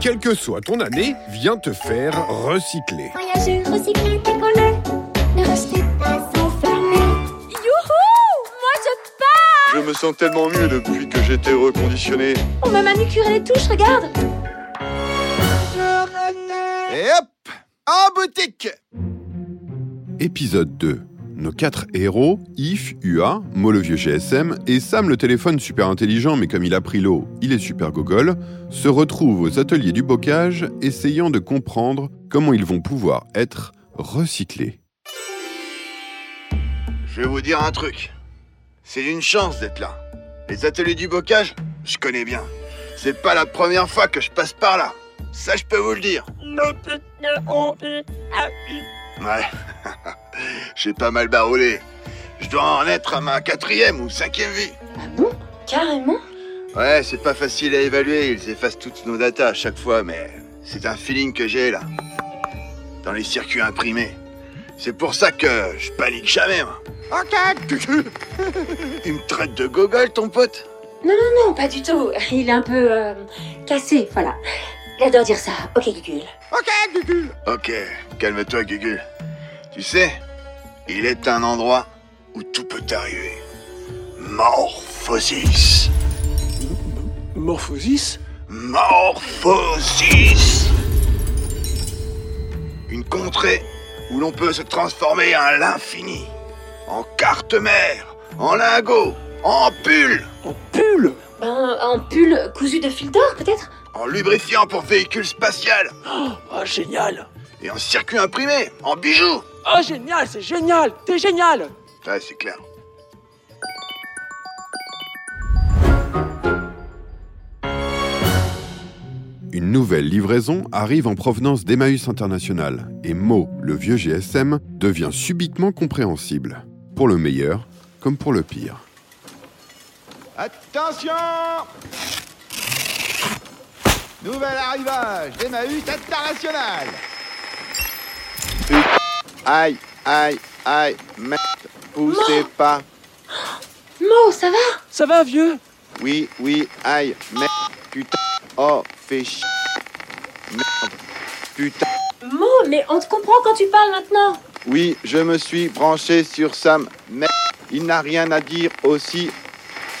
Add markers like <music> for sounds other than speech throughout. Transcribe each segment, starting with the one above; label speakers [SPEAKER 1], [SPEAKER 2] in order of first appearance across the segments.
[SPEAKER 1] quelle que soit ton année, viens te faire recycler.
[SPEAKER 2] Voyageurs, recyclés, décollés, ne restez pas enfermés.
[SPEAKER 3] Youhou Moi je pars
[SPEAKER 4] Je me sens tellement mieux depuis que j'étais reconditionné.
[SPEAKER 3] On m'a manucuré les touches, regarde
[SPEAKER 5] Et hop En boutique
[SPEAKER 1] Épisode 2. Nos quatre héros, If, Ua, Mo le vieux GSM et Sam le téléphone super intelligent mais comme il a pris l'eau, il est super gogol, se retrouvent aux ateliers du bocage essayant de comprendre comment ils vont pouvoir être recyclés.
[SPEAKER 4] Je vais vous dire un truc. C'est une chance d'être là. Les ateliers du bocage, je connais bien. C'est pas la première fois que je passe par là. Ça, je peux vous le dire. Ouais. <laughs> J'ai pas mal baroulé. Je dois en être à ma quatrième ou cinquième vie.
[SPEAKER 3] Ah bon Carrément
[SPEAKER 4] Ouais, c'est pas facile à évaluer, ils effacent toutes nos datas à chaque fois, mais c'est un feeling que j'ai là. Dans les circuits imprimés. C'est pour ça que je panique jamais, moi. Ok <laughs> Il me traite de gogol, ton pote
[SPEAKER 3] Non, pas du tout. <laughs> Il est un peu euh, cassé, voilà. Il adore dire ça. Ok, Gugul.
[SPEAKER 4] Ok, calme-toi, Gugul. Tu sais, il est un endroit où tout peut arriver. Morphosis.
[SPEAKER 6] Morphosis
[SPEAKER 4] Morphosis Une contrée où l'on peut se transformer à l'infini. En carte mère, en lingot, en pull,
[SPEAKER 6] En pull
[SPEAKER 3] Ben, en pull cousu de fil d'or, peut-être
[SPEAKER 4] en lubrifiant pour véhicule spatial,
[SPEAKER 6] Ah, génial
[SPEAKER 4] et en circuit imprimé, en bijoux.
[SPEAKER 6] Ah, génial, c'est génial T'es génial
[SPEAKER 4] Ouais, c'est clair.
[SPEAKER 1] Une nouvelle livraison arrive en provenance d'Emmaüs International et Mo, le vieux GSM, devient subitement compréhensible. Pour le meilleur comme pour le pire.
[SPEAKER 5] Attention Nouvel arrivage d'Emmaüs International
[SPEAKER 4] Aïe, aïe, aïe, merde, poussez pas.
[SPEAKER 3] Mo, ça va
[SPEAKER 6] Ça va, vieux
[SPEAKER 4] Oui, oui, aïe, merde, putain, oh, fais chier. Merde, putain.
[SPEAKER 3] Mo, mais on te comprend quand tu parles maintenant
[SPEAKER 4] Oui, je me suis branché sur Sam, mais il n'a rien à dire aussi.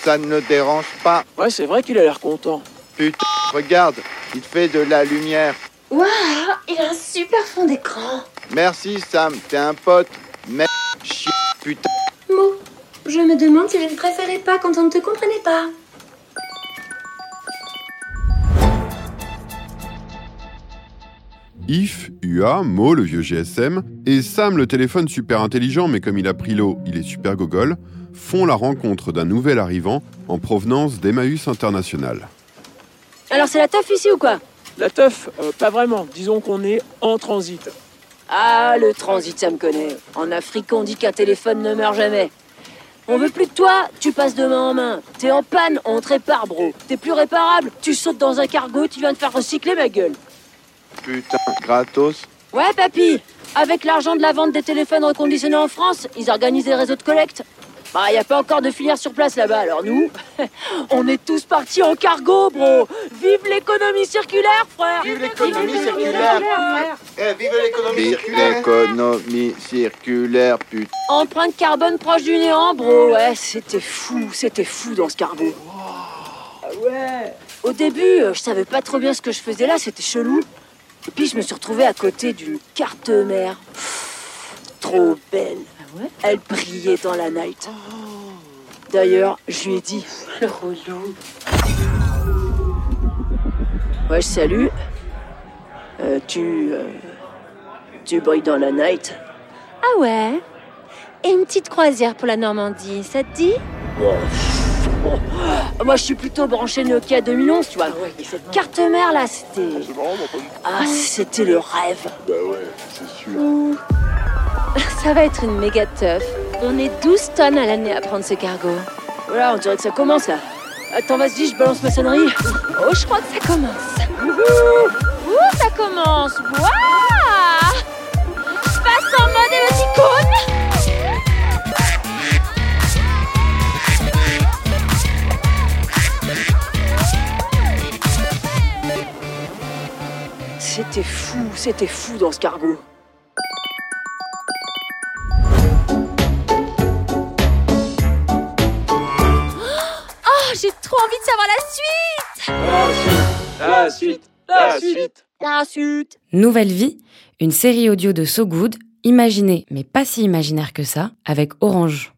[SPEAKER 4] Ça ne le dérange pas.
[SPEAKER 6] Ouais, c'est vrai qu'il a l'air content.
[SPEAKER 4] Putain, regarde, il fait de la lumière.
[SPEAKER 3] Waouh Ah, Il a un super fond d'écran
[SPEAKER 4] Merci Sam, t'es un pote. Mais chien, putain.
[SPEAKER 3] Mo, je me demande si je ne préférais pas quand on ne te comprenait pas.
[SPEAKER 1] If, Ua, Mo, le vieux GSM, et Sam, le téléphone super intelligent, mais comme il a pris l'eau, il est super gogol, font la rencontre d'un nouvel arrivant en provenance d'Emmaüs International.
[SPEAKER 7] Alors c'est la teuf ici ou quoi
[SPEAKER 6] La teuf, euh, pas vraiment. Disons qu'on est en transit.
[SPEAKER 7] Ah, le transit, ça me connaît. En Afrique, on dit qu'un téléphone ne meurt jamais. On veut plus de toi, tu passes de main en main. T'es en panne, on te répare, bro. T'es plus réparable, tu sautes dans un cargo, tu viens de faire recycler ma gueule.
[SPEAKER 4] Putain, gratos.
[SPEAKER 7] Ouais, papy, avec l'argent de la vente des téléphones reconditionnés en France, ils organisent des réseaux de collecte. Bah, y a pas encore de filière sur place là-bas, alors nous, <laughs> on est tous partis en cargo, bro. Vive l'économie circulaire, frère.
[SPEAKER 5] Vive l'économie circulaire,
[SPEAKER 7] frère.
[SPEAKER 5] Eh, vive l'économie
[SPEAKER 4] L'économie circulaire, putain.
[SPEAKER 7] Empreinte carbone proche du néant, bro. Ouais, c'était fou, c'était fou dans ce cargo. ouais. Au début, euh, je savais pas trop bien ce que je faisais là, c'était chelou. Et puis je me suis retrouvée à côté d'une carte mère. Pff, Trop belle. Elle brillait dans la night. D'ailleurs, je lui ai dit, le relou. Ouais, salut. Euh, tu. euh, tu brilles dans la night.
[SPEAKER 3] Ah ouais Et une petite croisière pour la Normandie, ça te dit <laughs>
[SPEAKER 7] Oh, Moi, je suis plutôt branché Nokia 2011, tu vois. Et cette carte mère là, c'était. Ah, c'était le rêve.
[SPEAKER 3] Ça va être une méga teuf. On est 12 tonnes à l'année à prendre ce cargo.
[SPEAKER 7] Voilà, on dirait que ça commence là. Attends, vas-y, je balance ma sonnerie.
[SPEAKER 3] Oh, je crois que ça commence. Ouh, Ouh, ça commence. Waouh Passe en mode émoticône.
[SPEAKER 7] C'était fou, c'était fou dans ce cargo.
[SPEAKER 3] Oh, j'ai trop envie de savoir la suite
[SPEAKER 6] La suite La suite
[SPEAKER 3] La suite
[SPEAKER 8] Nouvelle Vie, une série audio de So Good, imaginée mais pas si imaginaire que ça, avec Orange.